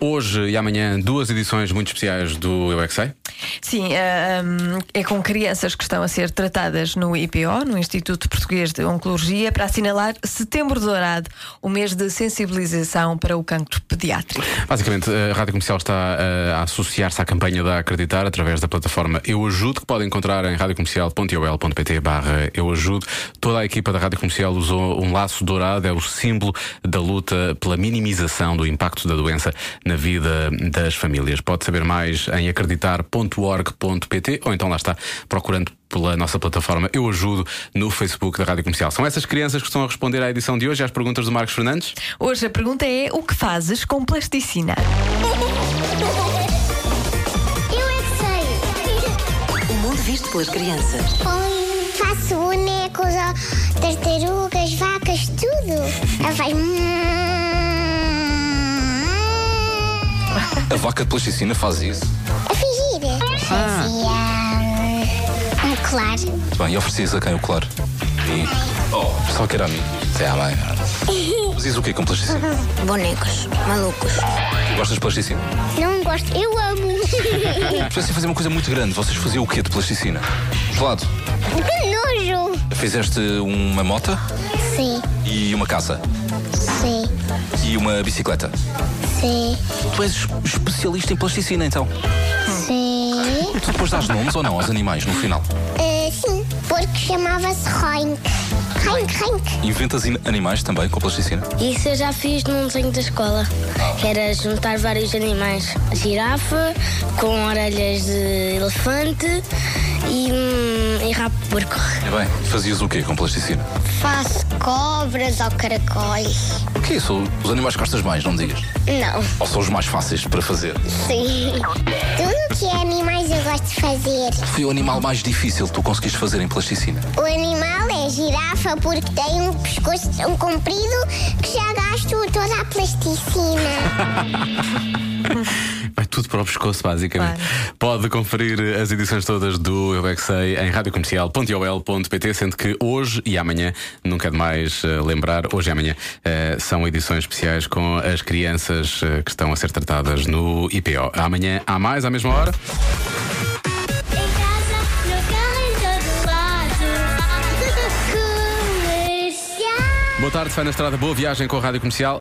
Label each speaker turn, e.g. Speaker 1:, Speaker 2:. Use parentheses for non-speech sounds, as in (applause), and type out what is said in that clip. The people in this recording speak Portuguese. Speaker 1: Hoje e amanhã, duas edições muito especiais do Eu é Que Sei.
Speaker 2: Sim, ah, hum, é com crianças que estão a ser tratadas no IPO, no Instituto Português de Oncologia, para assinalar Setembro Dourado, o mês de sensibilização para o cancro pediátrico.
Speaker 1: Basicamente, a Rádio Comercial está eh, a associar-se à campanha da Acreditar através da plataforma Eu Ajudo, que pode encontrar em radiocomercial.iol.pt barra Eu Ajudo. Toda a equipa da Rádio Comercial usou um laço dourado, é o símbolo da luta pela minimização do impacto da doença na vida das famílias. Pode saber mais em acreditar.org.pt ou então lá está, procurando pela nossa plataforma Eu Ajudo no Facebook da Rádio Comercial. São essas crianças que estão a responder à edição de hoje e às perguntas do Marcos Fernandes.
Speaker 2: Hoje a pergunta é: o que fazes com plasticina?
Speaker 3: Eu é que sei.
Speaker 4: O mundo visto pelas crianças.
Speaker 3: Põe- faço bonecos, ó, tartarugas, vacas, tudo. Ela faz. hum,
Speaker 5: A vaca de plasticina faz isso.
Speaker 3: A fingir. Fazia. hum, Um claro.
Speaker 5: Muito bem, e oferecias a quem o claro? E. Oh, só que era a mim. Até à mãe. Fazias o quê com plasticina?
Speaker 4: Bonecos, malucos.
Speaker 5: Tu Gostas de plasticina?
Speaker 3: Não gosto. Eu amo. (laughs)
Speaker 5: Precisas fazer uma coisa muito grande. Vocês faziam o quê de plasticina? Gelado.
Speaker 3: que nojo.
Speaker 5: Fizeste uma mota
Speaker 3: Sim,
Speaker 5: e uma caça.
Speaker 3: sim,
Speaker 5: E uma bicicleta.
Speaker 3: sim,
Speaker 5: Tu és especialista em plasticina, então.
Speaker 3: sim.
Speaker 5: Tu depois dás nomes ou não aos animais no final?
Speaker 3: Ah, sim, porque chamava-se Roink. Roink, Roink.
Speaker 5: Inventas in- animais também com plasticina?
Speaker 6: Isso eu já fiz num desenho da escola, que era juntar vários animais. A girafa, com orelhas de elefante e, hum, e rabo de porco.
Speaker 5: É bem, fazias o quê com plasticina?
Speaker 3: Faço cobras ou caracóis.
Speaker 5: O quê? São os animais que gostas mais, não me digas?
Speaker 3: Não,
Speaker 5: Ou são os mais fáceis para fazer?
Speaker 3: sim. Tudo que é animais eu gosto de fazer.
Speaker 5: Foi o animal mais difícil que tu conseguiste fazer em plasticina?
Speaker 3: O animal é girafa porque tem um pescoço tão comprido que já gasto toda a plasticina.
Speaker 1: Vai tudo para o pescoço, basicamente. Pode conferir as edições todas do Eu É Que Sei em radiocomercial.ol.pt, sendo que hoje e amanhã, nunca é demais eh, lembrar, hoje e amanhã eh, são edições especiais com as crianças eh, que estão a ser tratadas no IPO. Amanhã há mais, à mesma hora.
Speaker 3: Em casa, no carro, em todo lado. (laughs) Comercial.
Speaker 1: Boa tarde, vai na estrada, boa viagem com a Rádio Comercial.